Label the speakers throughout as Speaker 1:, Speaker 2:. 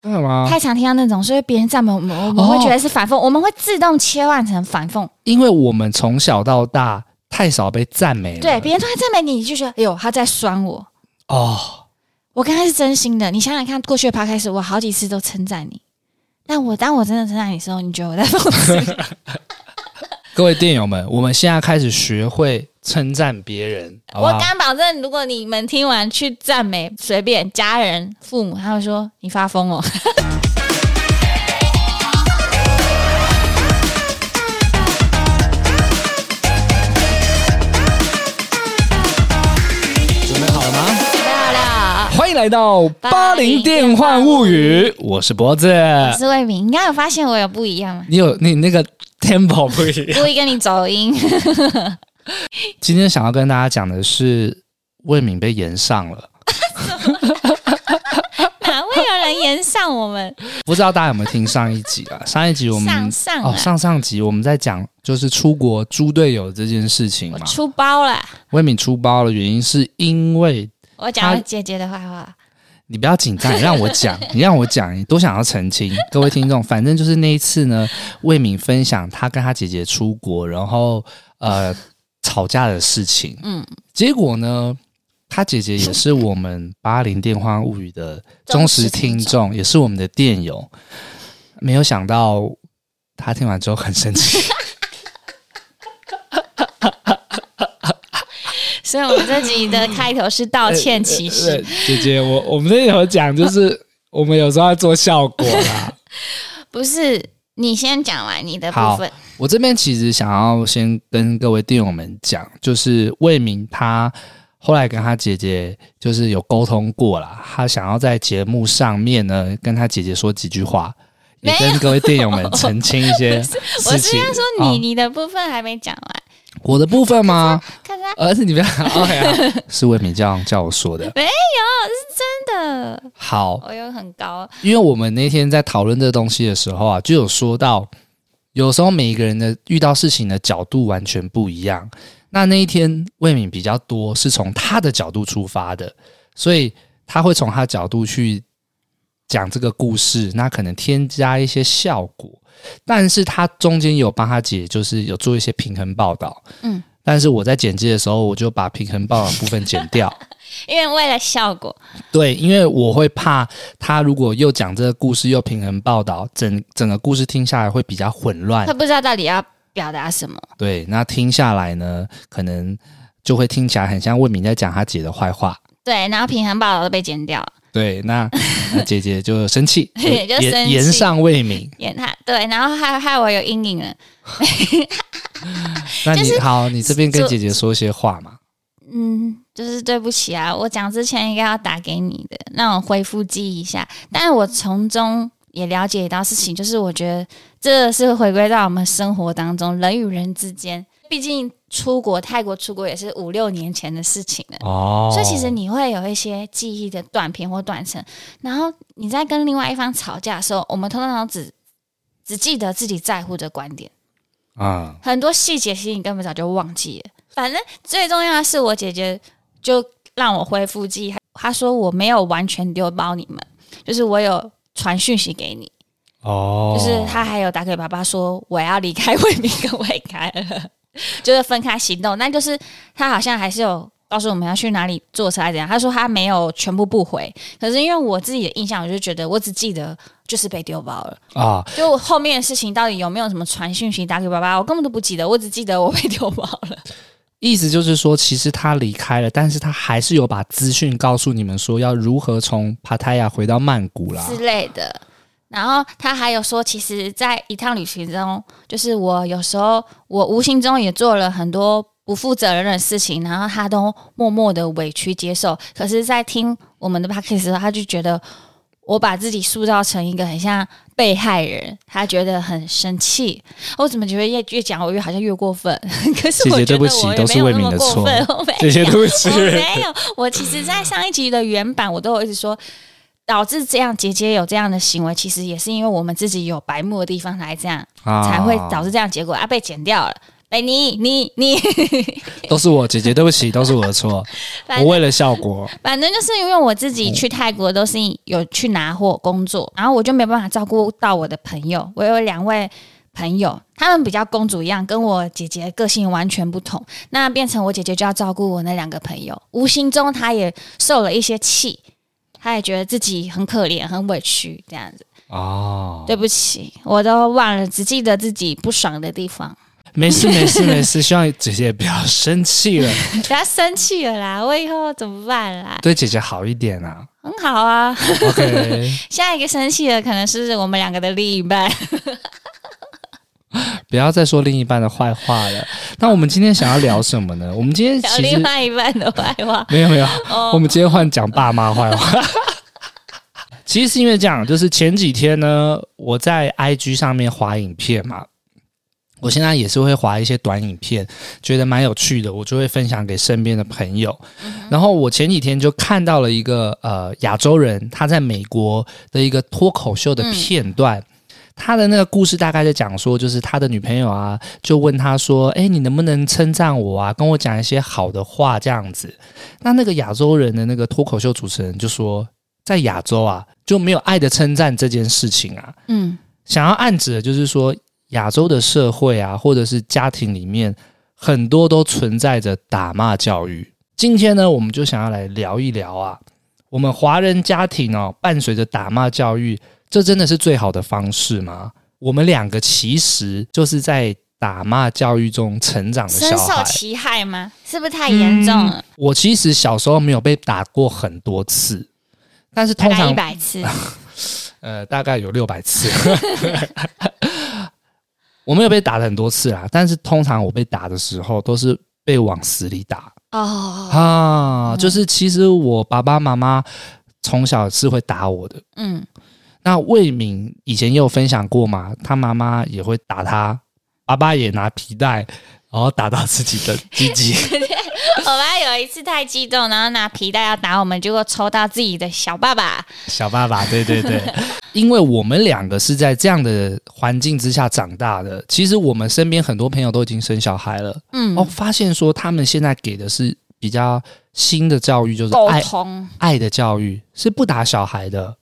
Speaker 1: 真的吗？
Speaker 2: 太常听到那种，所以别人赞美我们，我们
Speaker 1: 啊哦
Speaker 2: 会觉得是反讽，我们会自动切换成反讽。
Speaker 1: 因为我们从小到大太少被赞美了。
Speaker 2: 对，别人突然赞美你，你就觉得哎呦他在酸我。
Speaker 1: 哦，
Speaker 2: 我刚才是真心的，你想想看，过去的 p 开始，我好几次都称赞你，但我当我真的称赞你的时候，你觉得我在讽刺你？
Speaker 1: 各位电友们，我们现在开始学会称赞别人，好不
Speaker 2: 我
Speaker 1: 好？
Speaker 2: 敢保证，如果你们听完去赞美随便家人、父母，他会说你发 疯哦。
Speaker 1: 准备好了吗？
Speaker 2: 漂亮，
Speaker 1: 欢迎来到《八零电幻物语》，我是脖子。
Speaker 2: 我是魏明，你刚刚有发现我有不一 样吗？
Speaker 1: 你有你那个 tempo 不一 样。
Speaker 2: 故意跟你走音，
Speaker 1: 今天想要跟大家讲的是，魏敏被延上了，
Speaker 2: 哪啊会有人言上我们？
Speaker 1: 不知道大家有没有听上一集 啊？上一集我们
Speaker 2: 上上啊
Speaker 1: 哦上上集我们在讲就是出国猪队友这件事情
Speaker 2: 我
Speaker 1: 嘛。
Speaker 2: 出包了，
Speaker 1: 魏敏出包的原因是因为
Speaker 2: 我讲
Speaker 1: 他
Speaker 2: 了姐姐的坏话。
Speaker 1: 你不要紧张，你让我 讲，你让我讲，你多想要澄清，各位听众，反正就是那一次呢，魏敏分享她跟她姐姐出国，然后呃吵架的事情，
Speaker 2: 嗯，
Speaker 1: 结果呢，她姐姐也是我们《八零电话物语》的忠实听
Speaker 2: 忠实
Speaker 1: 众，也是我们的电友，没有想到她听完之后很生气，
Speaker 2: 所以我们这集的开头是道歉骑 士。
Speaker 1: 姐姐，我我们这有讲就是。我们有时候要做效果啦，
Speaker 2: 不是，你先讲完你的部分。
Speaker 1: 我这边其实想要先跟各位电友们讲，就是魏明他后来跟他姐姐就是有沟通过啦，他想要在节目上面呢跟他姐姐说几句话，也
Speaker 2: 没
Speaker 1: 跟各位电友们澄清一 些
Speaker 2: 我
Speaker 1: 事
Speaker 2: 是
Speaker 1: 情。
Speaker 2: 要说
Speaker 1: 哦
Speaker 2: 你、你的部分还没讲完，
Speaker 1: 我的部分 吗？呃
Speaker 2: 看他
Speaker 1: 而是你不要 OK，、啊、是魏明这样叫我说的。
Speaker 2: 真的，
Speaker 1: 好，
Speaker 2: 我有很高，
Speaker 1: 因为我们那天在讨论这个东西的时候啊，就有说到，有时候每一个人的遇到事情的角度完全不一样。那那一天魏敏比较多是从他的角度出发的，所以他会从他的角度去讲这个故事，那可能添加一些效果，但是他中间有帮他姐，就是有做一些平衡报道，
Speaker 2: 嗯。
Speaker 1: 但是我在剪辑的时候，我就把平衡报道部分剪掉，
Speaker 2: 因为为了效果，
Speaker 1: 对，因为我会怕他如果又讲这个故事又平衡报道，整整个故事听下来会比较混乱
Speaker 2: 他。不知道到底要表达什么。
Speaker 1: 对，那听下来呢，可能就会听起来很像魏敏在讲他姐的坏话。
Speaker 2: 对，然后平衡报道都被剪掉了，
Speaker 1: 对，那那姐姐就生气，
Speaker 2: 对就生
Speaker 1: 言
Speaker 2: 气
Speaker 1: 言上魏 敏。
Speaker 2: 演他对，然后害害我有阴影了。
Speaker 1: 那你、
Speaker 2: 就是
Speaker 1: 好，你这边跟
Speaker 2: 就
Speaker 1: 姐姐说些话 嘛。
Speaker 2: 嗯，就是对不起啊，我讲之前应该要打给你的，让我恢复记忆一下。但是我从中也了解到事情，就是我觉得这是回归到我们生活当中，人与人之间，毕竟出国泰国出国也是五六年前的事情了。
Speaker 1: 哦
Speaker 2: 所以其实你会有一些记忆的断片或断层，然后你在跟另外一方吵架的时候，我们通常都只只记得自己在乎的观点。
Speaker 1: 啊、
Speaker 2: 很多细节其实你根本早就忘记了。反正最重要的是，我姐姐就让我恢复记忆。她说我没有完全丢包你们，就是我有传讯息给你，
Speaker 1: 哦，
Speaker 2: 就是她还有打给爸爸说我要离开魏明跟魏凯了， 就是分开行动。那就是她好像还是有。告诉我们要去哪里坐车，还是怎样？她说她没有全部不回，可是因为我自己的印象，我就觉得我只记得就是被丢包了，
Speaker 1: 啊，
Speaker 2: 就后面的事情到底有没有什么传讯息打给爸爸，我根本都不记得，我只记得我被丢包 了。
Speaker 1: 意思就是说，其实他离开了，但是他还是有把资讯告诉你们说要如何从帕塔亚回到曼谷啦。
Speaker 2: 之类的。然后他还有说，其实，在一趟旅行中，就是我有时候我无形中也做了很多不负责任的事情，然后他都默默的委屈接受。可是，在听我们的 p o d c a s 时候，他就觉得我把自己塑造成一个很像被害人，他觉得很生气。我怎么觉得越越讲我越好像越过分？可是
Speaker 1: 姐姐
Speaker 2: 我觉
Speaker 1: 对
Speaker 2: 得
Speaker 1: 不起
Speaker 2: 我
Speaker 1: 都
Speaker 2: 也
Speaker 1: 是
Speaker 2: 没有
Speaker 1: 魏
Speaker 2: 那
Speaker 1: 敏
Speaker 2: 么
Speaker 1: 的
Speaker 2: 过
Speaker 1: 错
Speaker 2: 分，我没
Speaker 1: 这些
Speaker 2: 有
Speaker 1: 对不起
Speaker 2: 我，哦没有，我其实，在上一集的原版，我都有一直说，导致这样姐姐有这样的行为，其实也是因为我们自己有白目的地方来这样，
Speaker 1: 啊
Speaker 2: 才会导致这样结果啊，被剪掉了。北尼，你你，
Speaker 1: 都是我姐姐，对不起，都是我的错，
Speaker 2: 反
Speaker 1: 我
Speaker 2: 正
Speaker 1: 为了效果，
Speaker 2: 反正就是因为我自己去泰国都是有去拿货工作，然后我就没办法照顾到我的朋友，我有两位。朋友，他们比较公主一样，跟我姐姐个性完全不同。那变成我姐姐就要照顾我那两个朋友，无形中她也受了一些气，她也觉得自己很可怜、很委屈，这样子。
Speaker 1: 哦，
Speaker 2: 对不起，我都忘了，只记得自己不爽的地方。
Speaker 1: 没事没事没事，希望姐姐不要生气了，
Speaker 2: 不要生气了啦，我以后怎么办啦？
Speaker 1: 对姐姐好一点啊。
Speaker 2: 很好啊，
Speaker 1: OK，
Speaker 2: 下一个生气的可能是我们两个的另一半。
Speaker 1: 不要再说另一半的坏话了。那我们今天想要聊什么呢？我们今 天
Speaker 2: 聊
Speaker 1: 其
Speaker 2: 另
Speaker 1: 实
Speaker 2: 外一半的坏 话
Speaker 1: 没有没有，我
Speaker 2: 哦，
Speaker 1: 们今天换讲爸妈坏话。 其实是因为这样，就是前几天呢，我在 IG 上面滑影片嘛，我现在也是会滑一些短影片，觉得蛮有趣的，我就会分享给身边的朋友。然后我前几天就看到了一个呃亚洲人他在美国的一个脱口秀的片段。他的那个故事大概在讲说，就是他的女朋友啊，就问他说：“哎、你能不能称赞我啊？跟我讲一些好的话这样子。”那那个亚洲人的那个脱口秀主持人就说，在亚洲啊就没有爱的称赞这件事情啊，
Speaker 2: 嗯，
Speaker 1: 想要暗指的就是说，亚洲的社会啊，或者是家庭里面，很多都存在着打骂教育。今天呢，我们就想要来聊一聊啊，我们华人家庭哦，伴随着打骂教育，这真的是最好的方式吗？我们两个其实就是在打骂教育中成长的
Speaker 2: 深
Speaker 1: 小
Speaker 2: 受
Speaker 1: 孩。嗯
Speaker 2: 其害吗？是不是太严重了？
Speaker 1: 我其实小时候没有被打过很多次，但是
Speaker 2: 大
Speaker 1: 通
Speaker 2: 概
Speaker 1: 常
Speaker 2: 一百 次，
Speaker 1: 呃，大概有六百次。 我没有被打了很多次啦，但是通常我被打的时候都是被往死里打
Speaker 2: 哦，
Speaker 1: 啊，就是其实我爸爸妈妈从小是会打我的。
Speaker 2: 嗯，
Speaker 1: 那魏敏以前也有分享过嘛，他妈妈也会打他，爸爸也拿皮带，然后打到自己的鸡鸡。
Speaker 2: 我妈有一次太激动，然后拿皮带要打我们，结果抽到自己的小爸爸，
Speaker 1: 小爸爸，对对对，因为我们两个是在这样的环境之下长大的，其实我们身边很多朋友都已经生小孩了，
Speaker 2: 嗯，
Speaker 1: 哦，发现说他们现在给的是比较新的教育，就是
Speaker 2: 沟
Speaker 1: 爱
Speaker 2: 通，
Speaker 1: 爱的教育，是不打小孩的。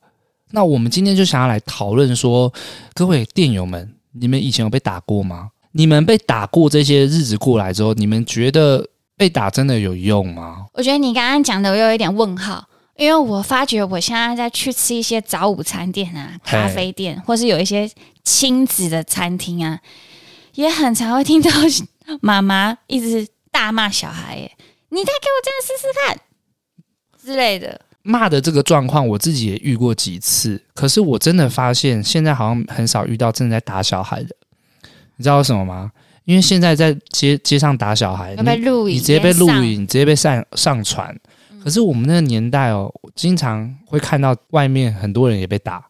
Speaker 1: 那我们今天就想要来讨论说，各位电友们，你们以前有被打过吗？你们被打过这些日子过来之后，你们觉得被打真的有用吗？
Speaker 2: 我觉得你刚刚讲的我有一点问号，因为我发觉我现在在去吃一些早午餐店啊、
Speaker 1: 嘿
Speaker 2: 咖啡店，或是有一些亲子的餐厅啊，也很常会听到妈妈一直大骂小孩耶，你再给我这样试试看之类的。
Speaker 1: 骂的这个状况，我自己也遇过几次，可是我真的发现现在好像很少遇到正在打小孩的，你知道为什么吗？因为现在在街街上打小孩，
Speaker 2: 要被
Speaker 1: 哎你
Speaker 2: 录影，
Speaker 1: 你直接被录
Speaker 2: 上，
Speaker 1: 影，你直接被上上传。可是我们那个年代哦，经常会看到外面很多人也被打，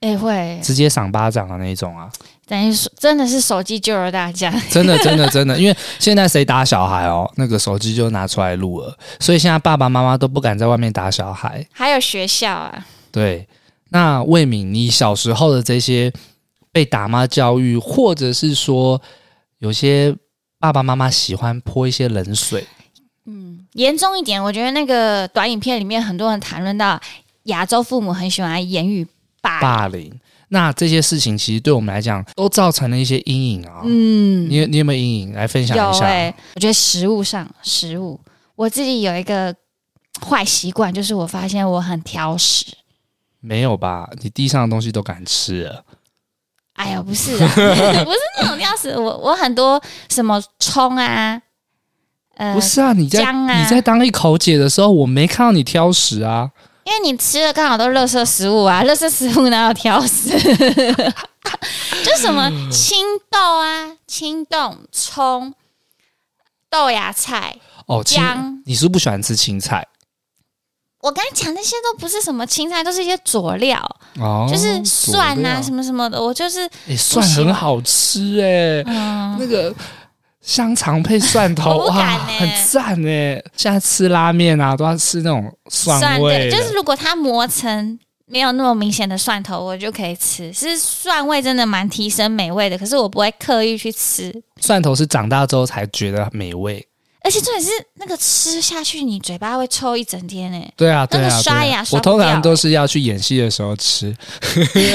Speaker 2: 哎、会
Speaker 1: 直接赏巴掌的那一种啊！
Speaker 2: 等于说真的是手机救了大家，
Speaker 1: 真的，真的，真的，因为现在谁打小孩哦，那个手机就拿出来录了，所以现在爸爸妈妈都不敢在外面打小孩。
Speaker 2: 还有学校啊，
Speaker 1: 对，那魏敏，你小时候的这些被打骂教育，或者是说有些爸爸妈妈喜欢泼一些冷水，
Speaker 2: 严重一点，我觉得那个短影片里面很多人谈论到亚洲父母很喜欢言语霸凌
Speaker 1: 霸凌。那这些事情其实对我们来讲，都造成了一些阴影啊。
Speaker 2: 嗯，
Speaker 1: 你有你有没有阴影？来分享一
Speaker 2: 有
Speaker 1: 下。
Speaker 2: 哎、我觉得食物上，食物我自己有一个坏习惯，就是我发现我很挑食。
Speaker 1: 没有吧？你地上的东西都敢吃啊了
Speaker 2: 哎呀，不是、啊， 不是那种挑食，我我很多什么葱啊，呃
Speaker 1: 不，是啊？你在、
Speaker 2: 姜啊
Speaker 1: 你在当一口姐的时候，我没看到你挑食啊。
Speaker 2: 因为你吃的刚好都垃圾食物啊，垃圾食物哪有挑食？ 就什么
Speaker 1: 嗯
Speaker 2: 青豆啊、青豆、葱、豆芽菜。
Speaker 1: 哦，青
Speaker 2: 姜，
Speaker 1: 你是不是不喜欢吃青菜
Speaker 2: 我刚才讲那些都不是什么青菜，都是一些佐料，
Speaker 1: 哦，
Speaker 2: 就是蒜啊什
Speaker 1: 么、
Speaker 2: 么什么的。我就是
Speaker 1: 诶蒜很好吃哎、
Speaker 2: 嗯，
Speaker 1: 那个香肠配蒜头
Speaker 2: 我不
Speaker 1: 哇，
Speaker 2: 敢欸
Speaker 1: 很赞哎、现在吃拉面啊，都要吃那种蒜
Speaker 2: 蒜
Speaker 1: 味
Speaker 2: 对，
Speaker 1: 的，
Speaker 2: 就是如果它磨成没有那么明显的蒜头，我就可以吃。是蒜味真的蛮提升美味的，可是我不会刻意去吃。
Speaker 1: 蒜头是长大之后才觉得美味。
Speaker 2: 而且重点是那个吃下去，你嘴巴会抽一整天诶、欸
Speaker 1: 对啊，对
Speaker 2: 那
Speaker 1: 啊，
Speaker 2: 个刷
Speaker 1: 对
Speaker 2: 牙
Speaker 1: 啊
Speaker 2: 刷
Speaker 1: 我
Speaker 2: 不掉
Speaker 1: 通常都是要去演戏的时候吃，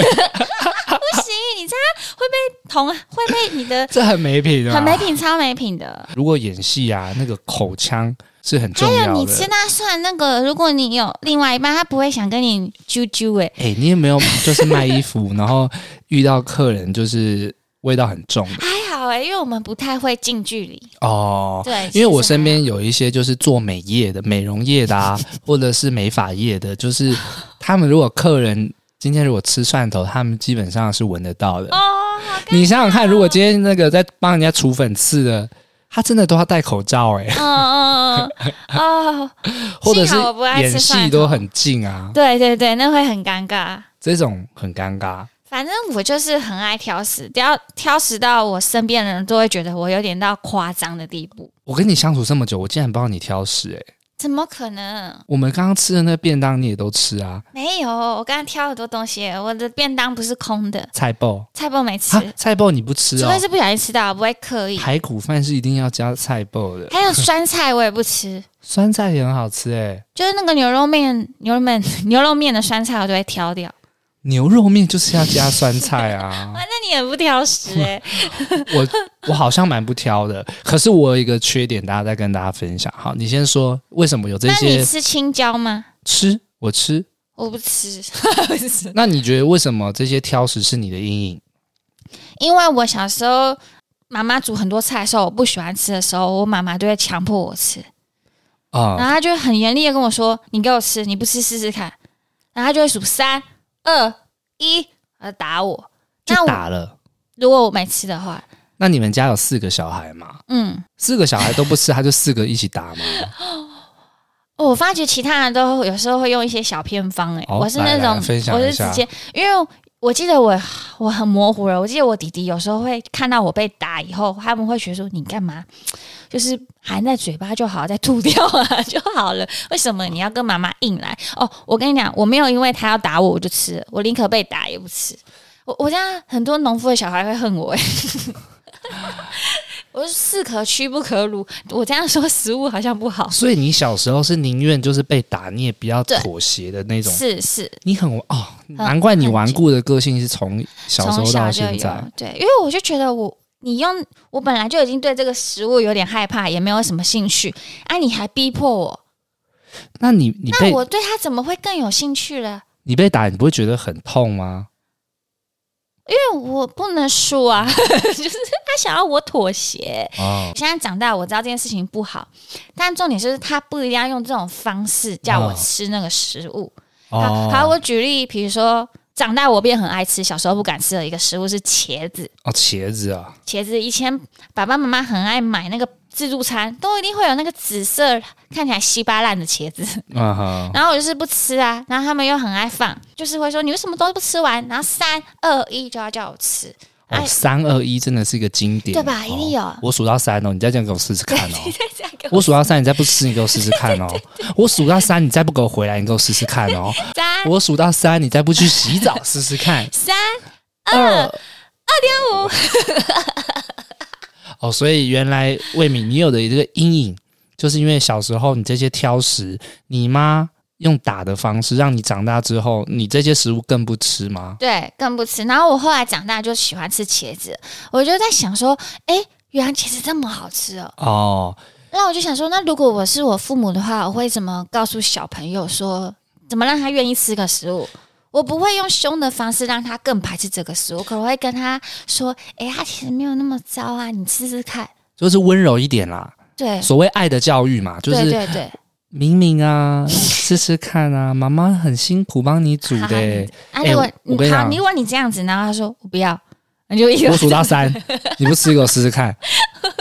Speaker 2: 不行，你这样会被同会被你的
Speaker 1: 这很没品的、啊
Speaker 2: 很没。品，超没品的。
Speaker 1: 如果演戏啊，那个口腔是很重
Speaker 2: 还有
Speaker 1: 要
Speaker 2: 你吃
Speaker 1: 的。
Speaker 2: 那蒜那个，如果你有另外一半，他不会想跟你啾啾诶、欸
Speaker 1: 哎、你有没有就是卖衣服， 然后遇到客人就是味道很重的
Speaker 2: 还好欸诶、因为我们不太会近距离。
Speaker 1: 哦？
Speaker 2: 对，其
Speaker 1: 因
Speaker 2: 实
Speaker 1: 为我身边有一些就是做美业的、美容业的 啊，或者是美发业的，就是他们如果客人今天如果吃蒜头，他们基本上是闻得到的
Speaker 2: 还。好哦，好
Speaker 1: 你想想看，如果今天那个在帮人家除粉刺的，他真的都要戴口罩哎、
Speaker 2: 嗯嗯嗯嗯哦，
Speaker 1: 或者是
Speaker 2: 幸好我不爱
Speaker 1: 演
Speaker 2: 吃蒜
Speaker 1: 戏
Speaker 2: 头
Speaker 1: 都很近啊，
Speaker 2: 对对对，那会很尴尬。
Speaker 1: 这种很尴尬。
Speaker 2: 反正我就是很爱挑食，只要挑食到我身边的人都会觉得我有点到夸张的地步。
Speaker 1: 我跟你相处这么久，我竟然帮你挑食哎、
Speaker 2: 怎么可能？
Speaker 1: 我们刚刚吃的那便当你也都吃啊，
Speaker 2: 没有，我刚刚挑很多东西，我的便当不是空的，
Speaker 1: 菜包
Speaker 2: 菜包没吃，
Speaker 1: 啊，菜包你不吃
Speaker 2: 除
Speaker 1: 哦
Speaker 2: 非，是不小心吃到，不会刻意。
Speaker 1: 排骨饭是一定要加菜包的，
Speaker 2: 还有酸菜我也不吃，
Speaker 1: 酸菜也很好吃哎、
Speaker 2: 就是那个牛肉面、牛肉面、牛肉面的酸菜我都会挑掉。
Speaker 1: 牛肉面就是要加酸菜 啊
Speaker 2: 哇，！那你也不挑食哎、
Speaker 1: 我我好像蛮不挑的，可是我有一个缺点，大家再跟大家分享。好，你先说为什么有 这
Speaker 2: 那你
Speaker 1: 些
Speaker 2: 吃青椒吗？
Speaker 1: 吃我吃？
Speaker 2: 我不吃，
Speaker 1: 那你觉得为什么这些挑食是你的阴影？
Speaker 2: 因为我小时候妈妈煮很多菜的时候，我不喜欢吃的时候，我妈妈就会强迫我吃，
Speaker 1: 啊、
Speaker 2: 然后她就很严厉的跟我说：“你给我吃，你不吃试试看。”然后她就会数三二一，呃打我。
Speaker 1: 就
Speaker 2: 那我
Speaker 1: 打了。
Speaker 2: 如果我没吃的话，
Speaker 1: 那你们家有四个小孩嘛？
Speaker 2: 嗯，
Speaker 1: 四个小孩都不 吃，他就四个一起打嘛？
Speaker 2: 哦我发觉其他人都有时候会用一些小偏方、欸，
Speaker 1: 哦
Speaker 2: 我是
Speaker 1: 来
Speaker 2: 那
Speaker 1: 来
Speaker 2: 种
Speaker 1: 分享
Speaker 2: 我
Speaker 1: 一
Speaker 2: 是直
Speaker 1: 下
Speaker 2: 接，因为我记得我我很模糊了，我记得我弟弟有时候会看到我被打以后，他们会学说你干嘛，就是含在嘴巴就好，再吐掉 啊就好了，为什么你要跟妈妈硬来？哦，我跟你讲，我没有因为他要打我我就吃了，我宁可被打也不吃。我我家很多农夫的小孩会恨我、欸， 我是士可屈不可辱，我这样说食物好像不好。
Speaker 1: 所以你小时候是宁愿就是被打，你也不要
Speaker 2: 对
Speaker 1: 妥协的那种。
Speaker 2: 是是，
Speaker 1: 你很哦，难怪你
Speaker 2: 很
Speaker 1: 顽固的个性是从小时候
Speaker 2: 从小
Speaker 1: 到
Speaker 2: 就有
Speaker 1: 现在。
Speaker 2: 对，因为我就觉得我你用我本来就已经对这个食物有点害怕，也没有什么兴趣，啊，你还逼迫我，
Speaker 1: 那你你
Speaker 2: 那
Speaker 1: 被
Speaker 2: 我对它怎么会更有兴趣了？
Speaker 1: 你被打，你不会觉得很痛 吗？
Speaker 2: 因为我不能输啊， 就是他想要我妥协。
Speaker 1: 哦，
Speaker 2: 现在长大，我知道这件事情不好，但重点就是他不一定要用这种方式叫我
Speaker 1: 哦
Speaker 2: 吃那个食物。好，
Speaker 1: 哦，
Speaker 2: 好，我举例，比如说长大我变很爱吃，小时候不敢吃的一个食物是茄子。
Speaker 1: 哦，茄子啊，
Speaker 2: 茄子以前爸爸妈妈很爱买那个自助餐，都一定会有那个紫色看起来稀巴烂的茄子，
Speaker 1: 嗯哼，
Speaker 2: 然后我就是不吃啊，然后他们又很爱放，就是会说你为什么都不吃完，然后三二一就要叫我吃，哎
Speaker 1: 哦，三二一真的是一个经典，
Speaker 2: 对吧？一定有。
Speaker 1: 哦我数到三哦，你再这样给我试试看哦。
Speaker 2: 再这样给我
Speaker 1: 我数到三，你再不吃，你给我试试看 哦。我数到三，你再不给我回来，你给我试试看哦。
Speaker 2: 三
Speaker 1: 我数到三，你再不去洗澡试试看。
Speaker 2: 三，
Speaker 1: 二二点五。 哦，所以原来魏敏，你有的这个阴影，就是因为小时候你这些挑食，你妈用打的方式让你长大之后，你这些食物更不吃吗？
Speaker 2: 对，更不吃。然后我后来长大就喜欢吃茄子，我就在想说，诶，原来茄子这么好吃哦。
Speaker 1: 哦，
Speaker 2: 那我就想说，那如果我是我父母的话，我会怎么告诉小朋友说，怎么让他愿意吃个食物？我不会用凶的方式让他更排斥这个食物，可能会跟他说：“诶，他其实没有那么糟啊，你试试看。
Speaker 1: 就是温柔一点啦。”
Speaker 2: 对，
Speaker 1: 所谓爱的教育嘛，就
Speaker 2: 对
Speaker 1: 是
Speaker 2: 对对，
Speaker 1: 明明啊，试试看啊，妈妈很辛苦帮你煮
Speaker 2: 好
Speaker 1: 的、
Speaker 2: 好你啊，
Speaker 1: 哎
Speaker 2: 如果、
Speaker 1: 我跟你
Speaker 2: 好，
Speaker 1: 讲
Speaker 2: 如果你这样子，然后他说我不要，你就一个，
Speaker 1: 我数到三，你不吃给我试试看。
Speaker 2: 我知道，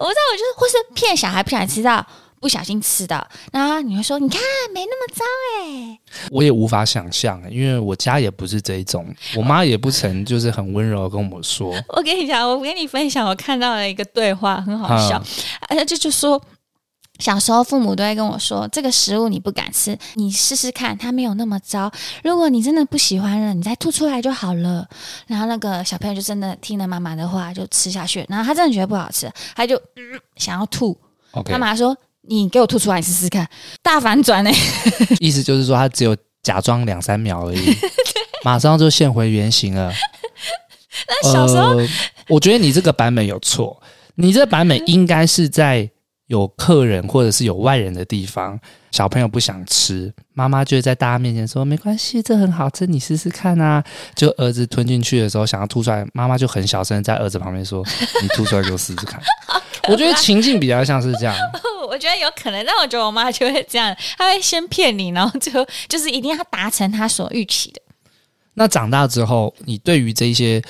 Speaker 2: 我就是或是骗小孩不小心吃到，不小心吃到，然后你会说：“你看，没那么糟欸诶。
Speaker 1: 我也无法想象，因为我家也不是这一种，我妈也不曾就是很温柔地跟我说，
Speaker 2: 我呃跟你讲，我跟你分享，我看到了一个对话，很好笑。而且就就说，小时候父母都会跟我说，这个食物你不敢吃，你试试看，它没有那么糟。如果你真的不喜欢了，你再吐出来就好了。然后那个小朋友就真的听了妈妈的话，就吃下去。然后他真的觉得不好吃，他就、嗯想要吐。
Speaker 1: OK，
Speaker 2: 他妈说：“你给我吐出来，你试试看。” 大反转呢、
Speaker 1: 意思就是说他只有假装两三秒而 已，马上就现回原形了。
Speaker 2: 那小时候、
Speaker 1: 呃，我觉得你这个版本有错，你这版本应该是在有客人或者是有外人的地方，小朋友不想吃，妈妈就会在大家面前说没关系，这很好吃，你试试看啊。就儿子吞进去的时候想要吐出来，妈妈就很小声在儿子旁边说：“你吐出来给我试试 看。”我觉得情境比较像是这样，
Speaker 2: 我觉得有可能，但我觉得我妈就会这样，她会先骗你，然后最后就是一定要达成她所预期的。
Speaker 1: 那长大之后，你对于这一些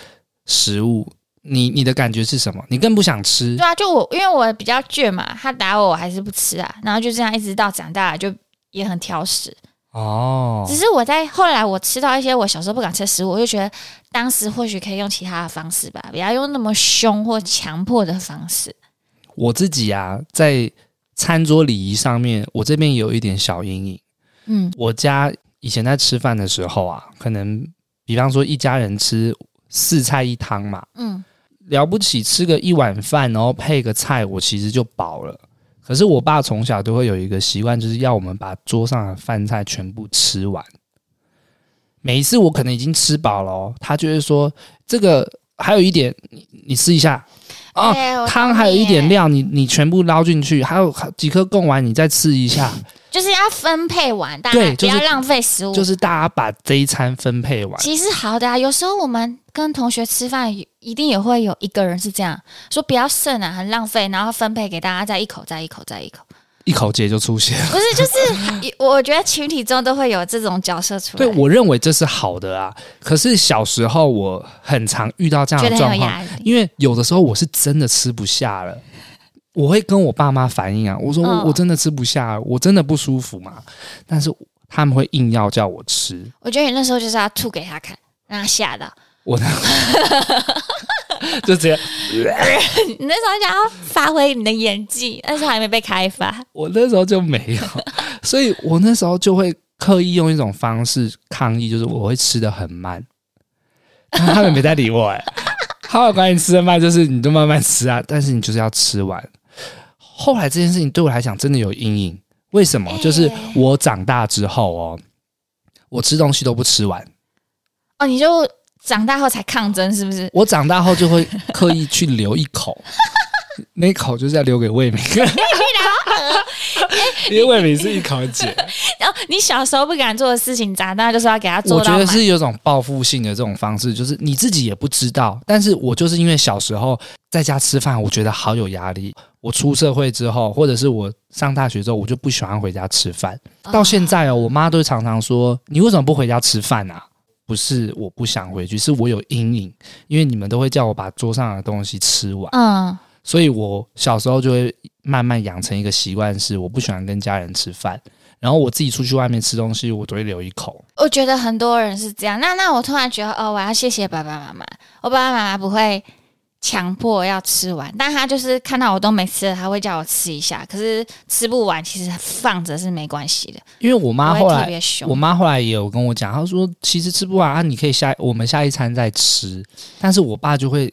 Speaker 1: 食物，你你的感觉是什么？你更不想吃
Speaker 2: 对，啊，就我因为我比较倔嘛，她打我我还是不吃啊，然后就这样一直到长大了就也很挑食。
Speaker 1: 哦
Speaker 2: 只是我在后来我吃到一些我小时候不敢吃的食物，我就觉得当时或许可以用其他的方式吧，不要用那么凶或强迫的方式。
Speaker 1: 我自己啊，在餐桌礼仪上面，我这边有一点小阴影。
Speaker 2: 嗯
Speaker 1: 我家以前在吃饭的时候啊，可能比方说一家人吃四菜一汤嘛，
Speaker 2: 嗯，
Speaker 1: 了不起吃个一碗饭，然后配个菜，我其实就饱了。可是我爸从小都会有一个习惯，就是要我们把桌上的饭菜全部吃完。每一次我可能已经吃饱了、哦，他就会说：“这个还有一点，你你试一下啊。
Speaker 2: 对哎我
Speaker 1: 汤还有一点料，你你全部捞进去，还有几颗贡丸，你再吃一下，
Speaker 2: 就是要分配完，大家
Speaker 1: 对
Speaker 2: 不
Speaker 1: 就是
Speaker 2: 要浪费食物。
Speaker 1: 就是大家把这一餐分配完。
Speaker 2: 其实好的啊，有时候我们跟同学吃饭，一定也会有一个人是这样说，不要剩啊，很浪费，然后分配给大家，再一口，再一口，再一口。
Speaker 1: 一口结就出现了。
Speaker 2: 不是，就是我觉得群体中都会有这种角色出来，
Speaker 1: 对，我认为这是好的啊。可是小时候我很常遇到这样
Speaker 2: 觉
Speaker 1: 的
Speaker 2: 得
Speaker 1: 状
Speaker 2: 很有
Speaker 1: 况，
Speaker 2: 压力。
Speaker 1: 因为有的时候我是真的吃不下了，我会跟我爸妈反映啊，我说我、
Speaker 2: 嗯
Speaker 1: 我真的吃不下了，我真的不舒服嘛。但是他们会硬要叫我吃，
Speaker 2: 我觉得你那时候就是要吐给他看，让他吓到。
Speaker 1: 我 就直接
Speaker 2: 你那时候想要发挥你的演技，但是还没被开发。
Speaker 1: 我那时候就没有，所以我那时候就会刻意用一种方式抗议，就是我会吃的很慢。但他们没在理我、欸，哎，他们管你吃的慢，就是你就慢慢吃啊，但是你就是要吃完。后来这件事情对我来讲真的有阴影，为什么？就是我长大之后哦，我吃东西都不吃完，
Speaker 2: 哦，你就长大后才抗争，是不是？
Speaker 1: 我长大后就会刻意去留一口，那一口就是要留给魏敏， 因为魏敏是一口姐。
Speaker 2: 然后哦你小时候不敢做的事情，长大就是要给他啊做
Speaker 1: 我
Speaker 2: 到
Speaker 1: 觉
Speaker 2: 满。
Speaker 1: 得是有种报复性的这种方式，就是你自己也不知道，但是我就是因为小时候在家吃饭，我觉得好有压力。我出社会之后，或者是我上大学之后，我就不喜欢回家吃饭。
Speaker 2: 啊
Speaker 1: 到现在哦，我妈都常常说：“你为什么不回家吃饭啊？”不是我不想回去，是我有阴影，因为你们都会叫我把桌上的东西吃完，
Speaker 2: 嗯，
Speaker 1: 所以我小时候就会慢慢养成一个习惯，是我不喜欢跟家人吃饭，然后我自己出去外面吃东西，我都会留一口。
Speaker 2: 我觉得很多人是这样。那那我突然觉得，哦，我要谢谢爸爸妈妈。我爸爸妈妈不会强迫要吃完，但他就是看到我都没吃了，他会叫我吃一下。可是吃不完，其实放着是没关系的。
Speaker 1: 因为我妈
Speaker 2: 不
Speaker 1: 后
Speaker 2: 会特
Speaker 1: 来
Speaker 2: 别凶，
Speaker 1: 我妈后来也有跟我讲，她说其实吃不完啊，你可以下我们下一餐再吃。但是我爸就会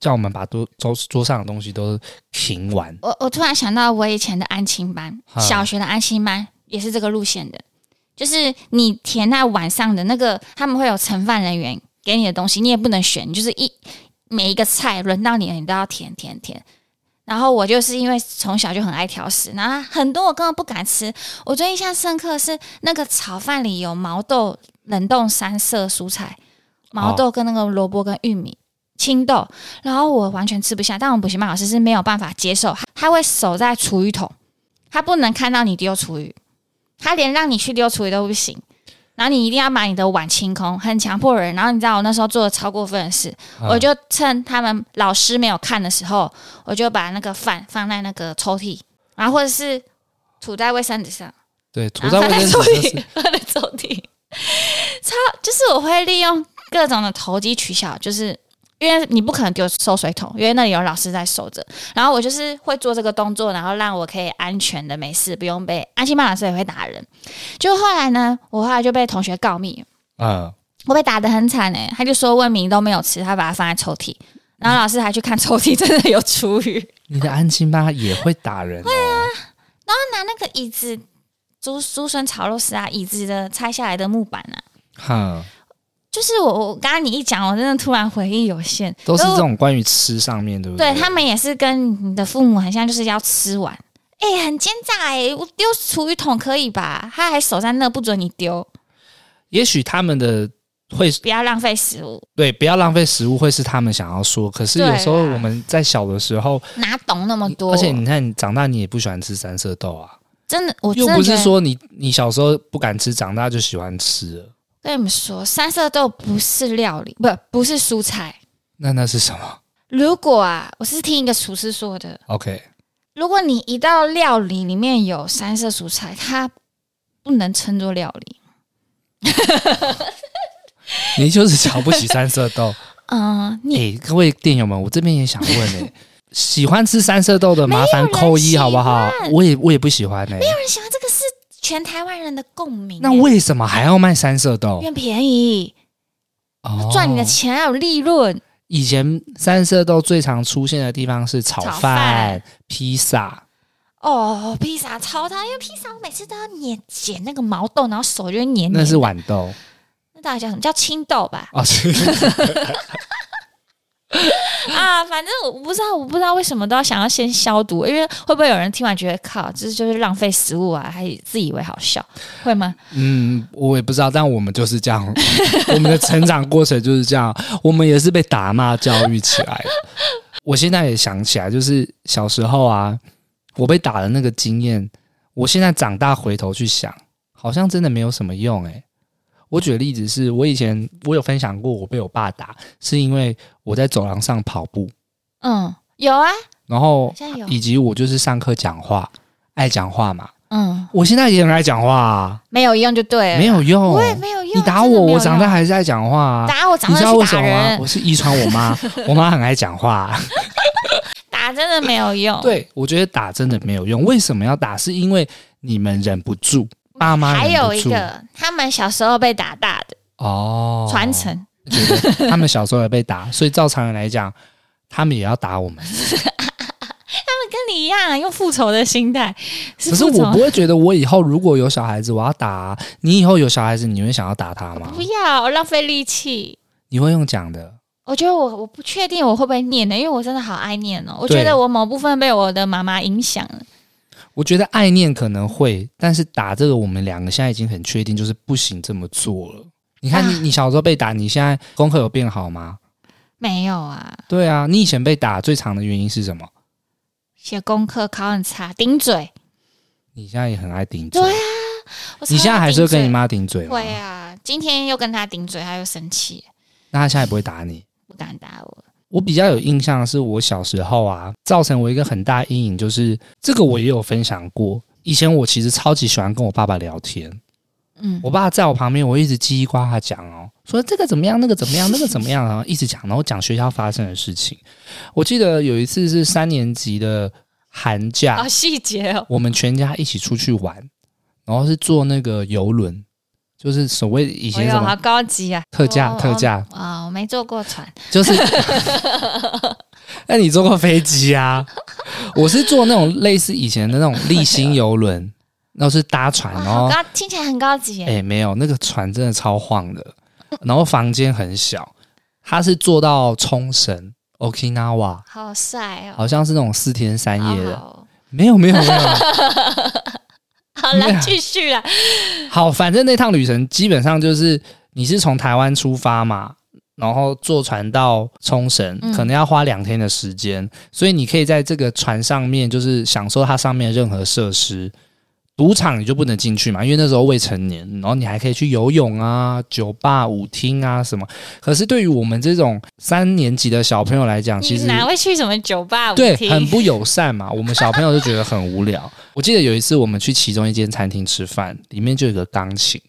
Speaker 1: 叫我们把桌桌桌上的东西都停完。
Speaker 2: 我我突然想到，我以前的安亲班，
Speaker 1: 啊
Speaker 2: 小学的安亲班也是这个路线的，就是你填那晚上的那个，他们会有盛饭人员给你的东西，你也不能选，就是一每一个菜轮到你了，你都要填填填。然后我就是因为从小就很爱挑食，然后很多我根本不敢吃。我最印象深刻的是那个炒饭里有毛豆、冷冻三色蔬菜，毛豆跟那个萝卜跟玉米、青豆，然后我完全吃不下。但我们补习班老师是没有办法接受，他会守在厨余桶，他不能看到你丢厨余，他连让你去丢厨余都不行。然后你一定要把你的碗清空，很强迫人。然后你知道我那时候做的超过分的事，我就趁他们老师没有看的时候，我就把那个饭放在那个抽屉，然后或者是吐在卫生纸上，
Speaker 1: 对，涂
Speaker 2: 然
Speaker 1: 在
Speaker 2: 后放
Speaker 1: 卫
Speaker 2: 在抽
Speaker 1: 生纸就是
Speaker 2: 屉，放在抽屉。超就是我会利用各种的投机取巧，就是因为你不可能丢收水桶，因为那里有老师在守着。然后我就是会做这个动作，然后让我可以安全的没事，不用被安心班老师也会打人。就后来呢，我后来就被同学告密，
Speaker 1: 嗯，
Speaker 2: 我被打得很惨哎、他就说问米都没有吃，他把它放在抽屉。然后老师还去看抽屉，真的有厨余，
Speaker 1: 你的安亲班也会打人哦。
Speaker 2: 他拿那个椅子，竹竹笋炒肉丝啊，椅子的拆下来的木板啊，
Speaker 1: 哼，
Speaker 2: 就是我我刚刚你一讲，我真的突然回忆有限，
Speaker 1: 都是
Speaker 2: 就
Speaker 1: 这种关于吃上面，对不
Speaker 2: 对
Speaker 1: 对
Speaker 2: 他们也是跟你的父母很像，就是要吃完。哎、很奸诈哎、我丢厨余桶可以吧？他还守在那不准你丢，
Speaker 1: 也许他们的会
Speaker 2: 不要浪费食物，
Speaker 1: 对，不要浪费食物，会是他们想要说。可是
Speaker 2: 对
Speaker 1: 有时候
Speaker 2: 啦
Speaker 1: 我们在小的时候，
Speaker 2: 哪懂那么多？
Speaker 1: 而且你看，你长大你也不喜欢吃三色豆啊，
Speaker 2: 真的，我真
Speaker 1: 又
Speaker 2: 的欸
Speaker 1: 不
Speaker 2: 觉
Speaker 1: 是
Speaker 2: 得
Speaker 1: 说你你小时候不敢吃，长大就喜欢吃了。
Speaker 2: 跟你们说，三色豆不是料理，不不是蔬菜。
Speaker 1: 那那是什么
Speaker 2: 如果啊，我是听一个厨师说的，
Speaker 1: ？OK，
Speaker 2: 如果你一道料理里面有三色蔬菜，它不能称作料理。
Speaker 1: 你就是瞧不起三色豆。
Speaker 2: 嗯， 你
Speaker 1: 哎、各位店友们，我这边也想问哎、 喜欢吃三色豆的麻烦扣一好不好
Speaker 2: 喜？欢
Speaker 1: 我也我也不喜欢哎、
Speaker 2: 有人喜欢这个是全台湾人的共鸣欸。
Speaker 1: 那为什么还要卖三色豆
Speaker 2: 因？为便宜，
Speaker 1: 哦
Speaker 2: 赚你的钱要有利润。
Speaker 1: 以前三色豆最常出现的地方是炒
Speaker 2: 炒
Speaker 1: 饭
Speaker 2: 饭、哎
Speaker 1: 披萨。
Speaker 2: 哦，披萨超烫，因为披萨我每次都要碾剪那个毛豆，然后手就会黏黏。
Speaker 1: 那是豌豆
Speaker 2: 那到底叫什么？叫青豆吧？
Speaker 1: 哦，是
Speaker 2: 啊，反正我不知道，我不知道为什么都要想要先消毒，因为会不会有人听完觉得靠，这就是浪费食物啊，还自以为好笑，会吗？
Speaker 1: 嗯，我也不知道，但我们就是这样， 我们的成长过程就是这样，我们也是被打骂教育起来的。我现在也想起来，就是小时候啊，我被打的那个经验，我现在长大回头去想，好像真的没有什么用诶、欸我举的例子是我以前我有分享过，我被我爸打，是因为我在走廊上跑步，
Speaker 2: 嗯，有啊，
Speaker 1: 然后
Speaker 2: 好像有，
Speaker 1: 以及我就是上课讲话，爱讲话嘛。
Speaker 2: 嗯，
Speaker 1: 我现在也很爱讲话、啊，
Speaker 2: 没有用就对了，
Speaker 1: 没有用，
Speaker 2: 我也没有用。
Speaker 1: 你打
Speaker 2: 真的
Speaker 1: 我，
Speaker 2: 没有
Speaker 1: 我长大
Speaker 2: 用
Speaker 1: 还是爱讲话啊。
Speaker 2: 打我，长
Speaker 1: 你
Speaker 2: 大
Speaker 1: 知道
Speaker 2: 去
Speaker 1: 为
Speaker 2: 打
Speaker 1: 什么吗？
Speaker 2: 人，
Speaker 1: 我是遗传我 妈，我妈很爱讲话、
Speaker 2: 打真的没有用。
Speaker 1: 对，我觉得打真的没有用。为什么要打？是因为你们忍不住，爸妈
Speaker 2: 还
Speaker 1: 忍
Speaker 2: 有
Speaker 1: 不
Speaker 2: 一
Speaker 1: 住。
Speaker 2: 个，他们小时候被打大的
Speaker 1: 哦，
Speaker 2: 传承，
Speaker 1: 觉得他们小时候也被打，所以照常人来讲，他们也要打我们。
Speaker 2: 他们跟你一样用复仇的心态， 是
Speaker 1: 可是
Speaker 2: 复仇
Speaker 1: 我不会觉得，我以后如果有小孩子，我要打啊、你。以后有小孩子，你会啊想要打他吗
Speaker 2: 不？要浪费力气。
Speaker 1: 你会用讲的。
Speaker 2: 我觉得我我不确定我会不会念呢，因为我真的好爱念哦。我
Speaker 1: 对
Speaker 2: 觉得我某部分被我的妈妈影响了。
Speaker 1: 我觉得爱念可能会，但是打这个我们两个现在已经很确定，就是不行这么做了。你看你，
Speaker 2: 啊
Speaker 1: 你小时候被打，你现在功课有变好吗？
Speaker 2: 没有啊，
Speaker 1: 对啊，你以前被打最常的原因是什么？
Speaker 2: 写功课考很差，顶嘴。
Speaker 1: 你现在也很爱顶嘴，
Speaker 2: 对啊，我
Speaker 1: 你现在还是会跟你
Speaker 2: 妈
Speaker 1: 妈顶嘴吗？
Speaker 2: 会啊？今天又跟他顶嘴，他又生气，
Speaker 1: 那她现在也不会打你。
Speaker 2: 不敢打我。
Speaker 1: 我比较有印象的是，我小时候啊，造成我一个很大阴影，就是这个我也有分享过。以前我其实超级喜欢跟我爸爸聊天，
Speaker 2: 嗯，
Speaker 1: 我爸在我旁边，我一直叽里呱啦讲哦，说这个怎么样，那个怎么样，那个怎么样，然后一直讲，然后讲学校发生的事情。我记得有一次是三年级的寒假，
Speaker 2: 好细节哦。
Speaker 1: 我们全家一起出去玩，然后是坐那个游轮，就是所谓以
Speaker 2: 哎
Speaker 1: 前
Speaker 2: 呦，
Speaker 1: 什
Speaker 2: 好
Speaker 1: 么
Speaker 2: 高级啊！
Speaker 1: 特价
Speaker 2: 我
Speaker 1: 特价，
Speaker 2: 我啊，我没坐过船，
Speaker 1: 就是。那你坐过飞机啊？我是坐那种类似以前的那种立新游轮，那是搭船，
Speaker 2: 哇，
Speaker 1: 然
Speaker 2: 好
Speaker 1: 后
Speaker 2: 高，听起来很高级耶。
Speaker 1: 哎、没有，那个船真的超晃的，然后房间很小，它是坐到冲绳 Okinawa，
Speaker 2: 好帅哦，
Speaker 1: 好像是那种四天三
Speaker 2: 好
Speaker 1: 夜的。
Speaker 2: 好哦
Speaker 1: 没有没有没有，
Speaker 2: 好
Speaker 1: 没有啊
Speaker 2: 了，继续啊啦。
Speaker 1: 好，反正那趟旅程基本上就是你是从台湾出发嘛。然后坐船到冲绳，
Speaker 2: 嗯
Speaker 1: 可能要花两天的时间，所以你可以在这个船上面，就是享受它上面任何设施。赌场你就不能进去嘛，因为那时候未成年，然后你还可以去游泳啊、酒吧、舞厅啊什么。可是对于我们这种三年级的小朋友来讲，其
Speaker 2: 你
Speaker 1: 实
Speaker 2: 哪会去什么酒吧舞
Speaker 1: 对，
Speaker 2: 厅
Speaker 1: 很不友善嘛。我们小朋友就觉得很无聊。我记得有一次我们去其中一间餐厅吃饭，里面就有一个钢琴，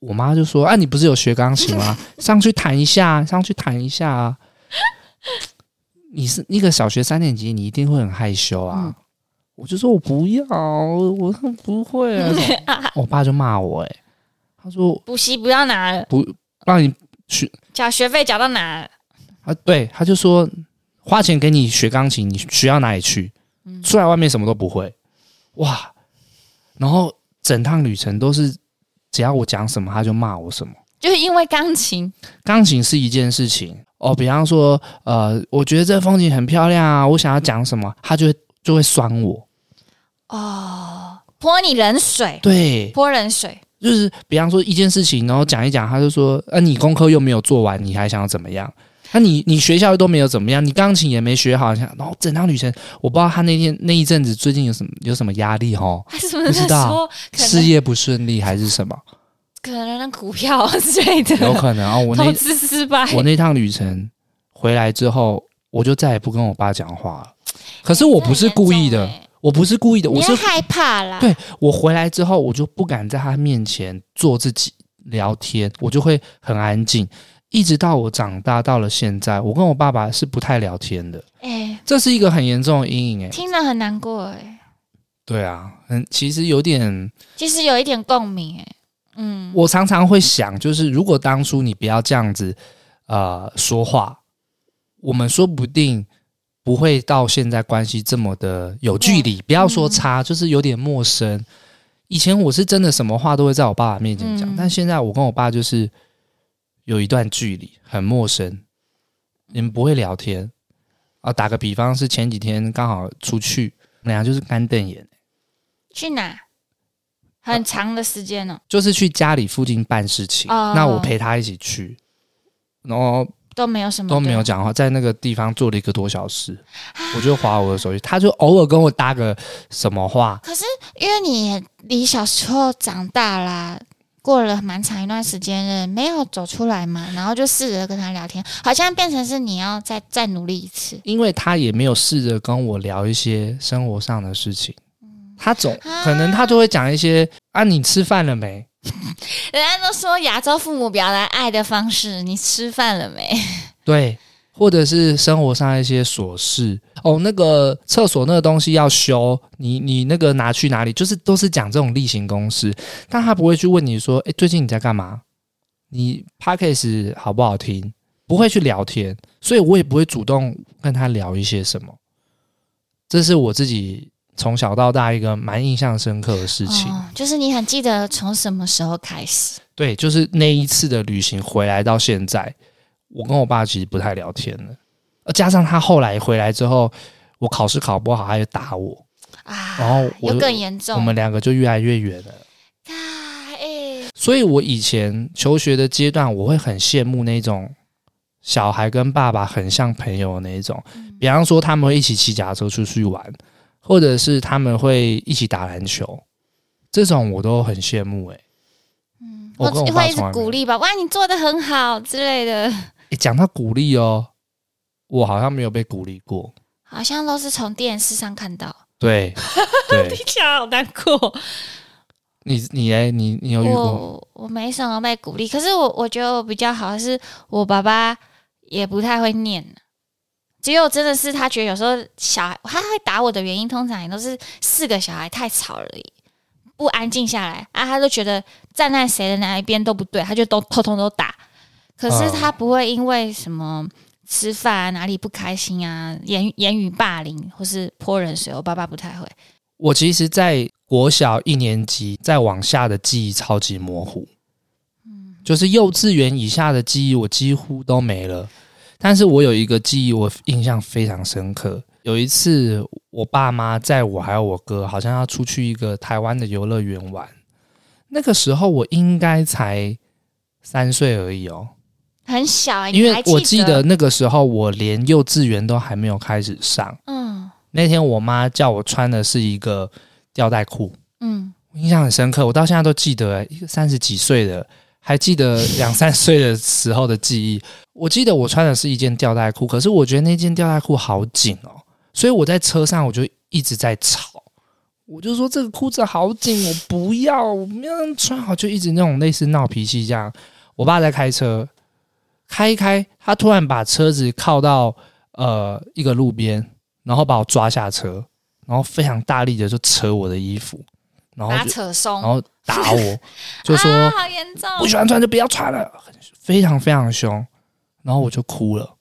Speaker 1: 我妈就说：“啊，你不是有学钢琴吗？上去弹一下，上去弹一下啊。” 你是一个小学三年级，你一定会很害羞啊。
Speaker 2: 嗯
Speaker 1: 我就说我不要，我我不会啊。我爸就骂我、欸，他说
Speaker 2: 补习不要拿了，
Speaker 1: 让你
Speaker 2: 缴学费缴到哪了？
Speaker 1: 啊，对，他就说花钱给你学钢琴，你学到哪里去？出来外面什么都不会，哇！然后整趟旅程都是，只要我讲什么，他就骂我什么。
Speaker 2: 就是因为钢琴，
Speaker 1: 钢琴是一件事情哦，比方说，呃，我觉得这风景很漂亮啊，我想要讲什么，他就会就会酸我。
Speaker 2: 泼你冷水，
Speaker 1: 对，
Speaker 2: 泼冷水，
Speaker 1: 就是比方说一件事情，然后讲一讲，他就说，呃，你功课又没有做完，你还想要怎么样？那、你你学校都没有怎么样，你钢琴也没学好，想然后整趟旅程，我不知道他那天那一阵子最近有什么有什么压力哦，
Speaker 2: 他是不
Speaker 1: 不
Speaker 2: 是
Speaker 1: 知道
Speaker 2: 说可
Speaker 1: 事
Speaker 2: 能
Speaker 1: 业不顺利还是什 么？
Speaker 2: 可能股票之类的，
Speaker 1: 有可能啊、我
Speaker 2: 投
Speaker 1: 那
Speaker 2: 资失败？
Speaker 1: 我那趟旅程回来之后，我就再也不跟我爸讲话了。可是我不是故意的，
Speaker 2: 欸
Speaker 1: 我不是故意的，
Speaker 2: 你
Speaker 1: 我
Speaker 2: 要
Speaker 1: 是
Speaker 2: 害怕啦。
Speaker 1: 对我回来之后，我就不敢在他面前做自己聊天，我就会很安静。一直到我长大到了现在，我跟我爸爸是不太聊天的，
Speaker 2: 哎、
Speaker 1: 这是一个很严重的阴影、欸。哎，
Speaker 2: 听了很难过哎、
Speaker 1: 对啊，嗯，其实有点，
Speaker 2: 其实有一点共鸣哎、嗯，
Speaker 1: 我常常会想，就是如果当初你不要这样子，呃，说话，我们说不定不会到现在关系这么的有距离。不要说差，就是有点陌生。以前我是真的什么话都会在我爸爸面前讲，
Speaker 2: 嗯
Speaker 1: 但现在我跟我爸就是有一段距离，很陌生，你们不会聊天啊。打个比方，是前几天刚好出去，我们俩就是干瞪眼，
Speaker 2: 去哪？很长的时间哦、
Speaker 1: 就是去家里附近办事情，
Speaker 2: 哦
Speaker 1: 那我陪他一起去，然后
Speaker 2: 都没有什么
Speaker 1: 都没有
Speaker 2: 的
Speaker 1: 讲话，在那个地方坐了一个多小时，
Speaker 2: 啊
Speaker 1: 我就划我的手机，他就偶尔跟我搭个什么话，
Speaker 2: 可是因为你也离小时候长大啦，过了蛮长一段时间的，没有走出来嘛，然后就试着跟他聊天，好像变成是你要再再努力一次
Speaker 1: 因为他也没有试着跟我聊一些生活上的事情，他总
Speaker 2: 啊
Speaker 1: 可能他就会讲一些啊，你吃饭了没？
Speaker 2: 人家都说亚洲父母表达爱的方式，你吃饭了没？
Speaker 1: 对，或者是生活上一些琐事哦，那个厕所那个东西要修，你你那个拿去哪里？就是都是讲这种例行公事，但他不会去问你说，诶，最近你在干嘛？你 p a c k a g e 好不好听？不会去聊天，所以我也不会主动跟他聊一些什么。这是我自己从小到大一个蛮印象深刻的事情。
Speaker 2: 哦，就是你很记得从什么时候开始？
Speaker 1: 对，就是那一次的旅行回来到现在，我跟我爸其实不太聊天了，呃，加上他后来回来之后，我考试考不好，他就打我，
Speaker 2: 啊，
Speaker 1: 然后哦我
Speaker 2: 又更严重。
Speaker 1: 我们两个就越来越远了。
Speaker 2: 啊，哎，
Speaker 1: 所以我以前求学的阶段，我会很羡慕那种小孩跟爸爸很像朋友的那一种，
Speaker 2: 嗯
Speaker 1: 比方说他们会一起骑脚踏车出去玩，或者是他们会一起打篮球，这种我都很羡慕、欸。我跟我爸
Speaker 2: 嗯会一直
Speaker 1: 从来没有
Speaker 2: 鼓励吧？哇，你做的很好之类的，
Speaker 1: 诶，讲到鼓励哦，我好像没有被鼓励过。
Speaker 2: 好像都是从电视上看到，
Speaker 1: 对，对，
Speaker 2: 听起来好难过。
Speaker 1: 你你哎，你你有遇过？
Speaker 2: 我我没什么被鼓励，可是我我觉得我比较好的是，我爸爸也不太会念，只有真的是他觉得有时候小孩他会打我的原因，通常也都是四个小孩太吵了，不安静下来啊，他就觉得站在谁的哪一边都不对，他就都通通都打。可是
Speaker 1: 嗯
Speaker 2: 他不会因为什么吃饭啊哪里不开心啊，言言语霸凌或是泼冷水，我爸爸不太会。
Speaker 1: 我其实，在国小一年级再往下的记忆超级模糊，就是幼稚园以下的记忆我几乎都没了。但是我有一个记忆，我印象非常深刻。有一次，我爸妈载我还有我哥，好像要出去一个台湾的游乐园玩。那个时候我应该才三岁而已哦，
Speaker 2: 很小、欸，你
Speaker 1: 因为
Speaker 2: 还
Speaker 1: 我
Speaker 2: 记
Speaker 1: 记得，那个时候我连幼稚园都还没有开始上。
Speaker 2: 嗯
Speaker 1: 那天我妈叫我穿的是一个吊带裤，
Speaker 2: 嗯，
Speaker 1: 我印象很深刻，我到现在都记得、哎一个三十几岁的，还记得两三岁的时候的记忆。我记得我穿的是一件吊带裤，可是我觉得那件吊带裤好紧哦，所以我在车上我就一直在吵。我就说这个裤子好紧，我不要，我没有穿好，就一直那种类似闹脾气这样。我爸在开车，开一开，他突然把车子靠到呃一个路边，然后把我抓下车，然后非常大力的就扯我的衣服，然后
Speaker 2: 把它
Speaker 1: 就
Speaker 2: 扯
Speaker 1: 然
Speaker 2: 松，
Speaker 1: 后打我，就 说、
Speaker 2: 啊、好严重，
Speaker 1: 不喜欢穿就不要穿了，非常非常凶。然后我就哭了。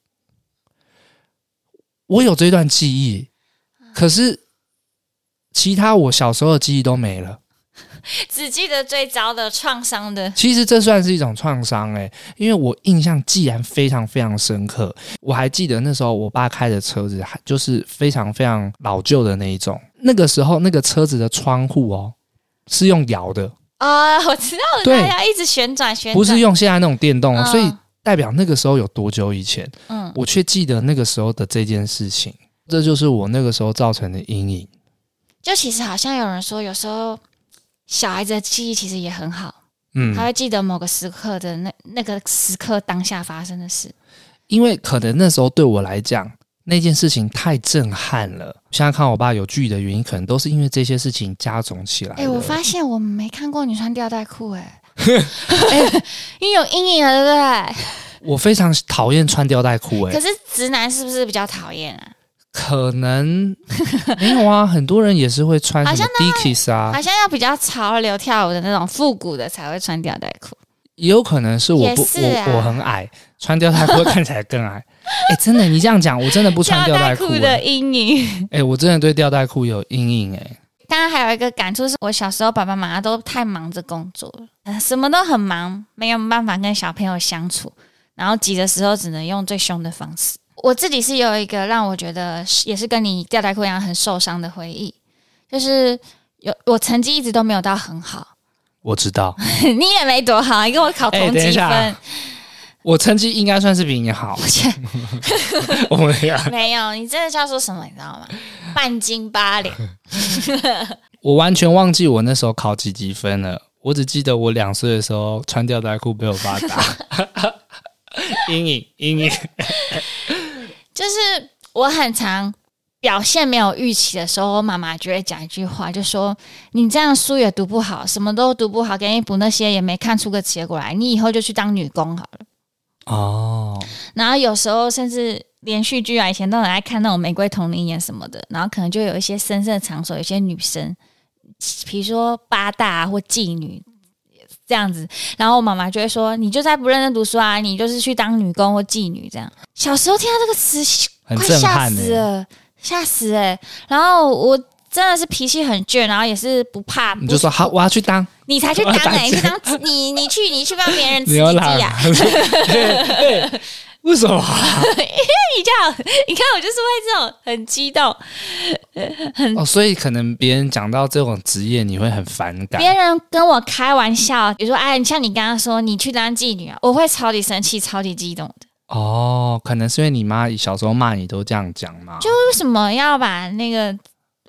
Speaker 1: 我有这段记忆，可是其他我小时候的记忆都没了。
Speaker 2: 只记得最糟的创伤的
Speaker 1: 其实这算是一种创伤诶、因为我印象既然非常非常深刻，我还记得那时候我爸开的车子还就是非常非常老旧的那一种。那个时候那个车子的窗户哦是用摇的，
Speaker 2: 啊、我知道了，
Speaker 1: 对
Speaker 2: 大家一直旋转旋转，
Speaker 1: 不是用现在那种电动哦，
Speaker 2: 嗯
Speaker 1: 所以代表那个时候有多久以前？
Speaker 2: 嗯，
Speaker 1: 我却记得那个时候的这件事情，这就是我那个时候造成的阴影。
Speaker 2: 就其实好像有人说，有时候小孩子的记忆其实也很好，
Speaker 1: 嗯
Speaker 2: 他，会记得某个时刻的那那个时刻当下发生的事。
Speaker 1: 因为可能那时候对我来讲，那件事情太震撼了。现在看我爸有剧的原因，可能都是因为这些事情加总起来的。
Speaker 2: 哎、我发现我没看过你穿吊带裤、 哎，因为有阴影了，对不
Speaker 1: 我非常讨厌穿吊带裤、
Speaker 2: 对？
Speaker 1: 哎
Speaker 2: 可，是直男是不是比较讨厌啊？
Speaker 1: 可 能没有啊，很多人也是会穿
Speaker 2: 好
Speaker 1: 什
Speaker 2: 像
Speaker 1: 么 Dickies 啊
Speaker 2: 好，像要比较潮流跳舞的那种复古的才会穿吊带裤。
Speaker 1: 也有可能是我不
Speaker 2: 也是啊
Speaker 1: 我我很矮，穿吊带裤会看起来更 矮。哎、真的，你这样讲，我真的不穿吊带裤、哎
Speaker 2: 的阴影。
Speaker 1: 哎、我真的对吊带裤有阴影哎、
Speaker 2: 当然还有一个感触是，我小时候爸爸妈妈都太忙着工作了，呃什么都很忙，没有办法跟小朋友相处，然后急的时候只能用最凶的方式。我自己是有一个让我觉得是也是跟你吊带裤一样很受伤的回忆，就是有我成绩一直都没有到很好，
Speaker 1: 我知道，
Speaker 2: 你也没多好，你跟我考
Speaker 1: 哎
Speaker 2: 同
Speaker 1: 等一
Speaker 2: 级分，
Speaker 1: 下 我成绩应该算是比你好。 我们俩，
Speaker 2: 没有，你真的叫做什么，你知道吗？半斤八两，
Speaker 1: 我完全忘记我那时候考几级分了，我只记得我两岁的时候穿吊带裤被我爸打， 阴影阴影。
Speaker 2: 就是我很常表现没有预期的时候，我妈妈就会讲一句话，就说：“你这样书也读不好，什么都读不好，给你补那些也没看出个结果来，你以后就去当女工好了。
Speaker 1: 哦，”
Speaker 2: 然后有时候甚至连续剧啊，以前都很爱看那种《玫瑰同林演》什么的，然后可能就有一些深色场所，有些女生，比如说八大、啊、或妓女。这样子，然后我妈妈就会说：“你就再不认真读书啊，你就是去当女工或妓女这样。”小时候听到这个词，
Speaker 1: 很
Speaker 2: 快
Speaker 1: 震
Speaker 2: 吓
Speaker 1: 撼欸呢、
Speaker 2: 死了，吓死哎、然后我真的是脾气很倔，然后也是不怕，
Speaker 1: 你就说好，我要去当，
Speaker 2: 不你才去当
Speaker 1: 打架
Speaker 2: 哎、你去当你你去你去帮别人 吃
Speaker 1: 你要
Speaker 2: 鸡
Speaker 1: 拉
Speaker 2: 呀、啊，
Speaker 1: 为什么啊？
Speaker 2: 你这样你看我就是会这种很激动，
Speaker 1: 哦，所以可能别人讲到这种职业，你会很反感
Speaker 2: 别。人跟我开玩笑，比如说哎，像你刚刚说你去当妓女啊，我会超级生气，超级激动的，
Speaker 1: 哦，可能是因为你妈小时候骂你都这样讲嘛。就
Speaker 2: 为什么要把那个？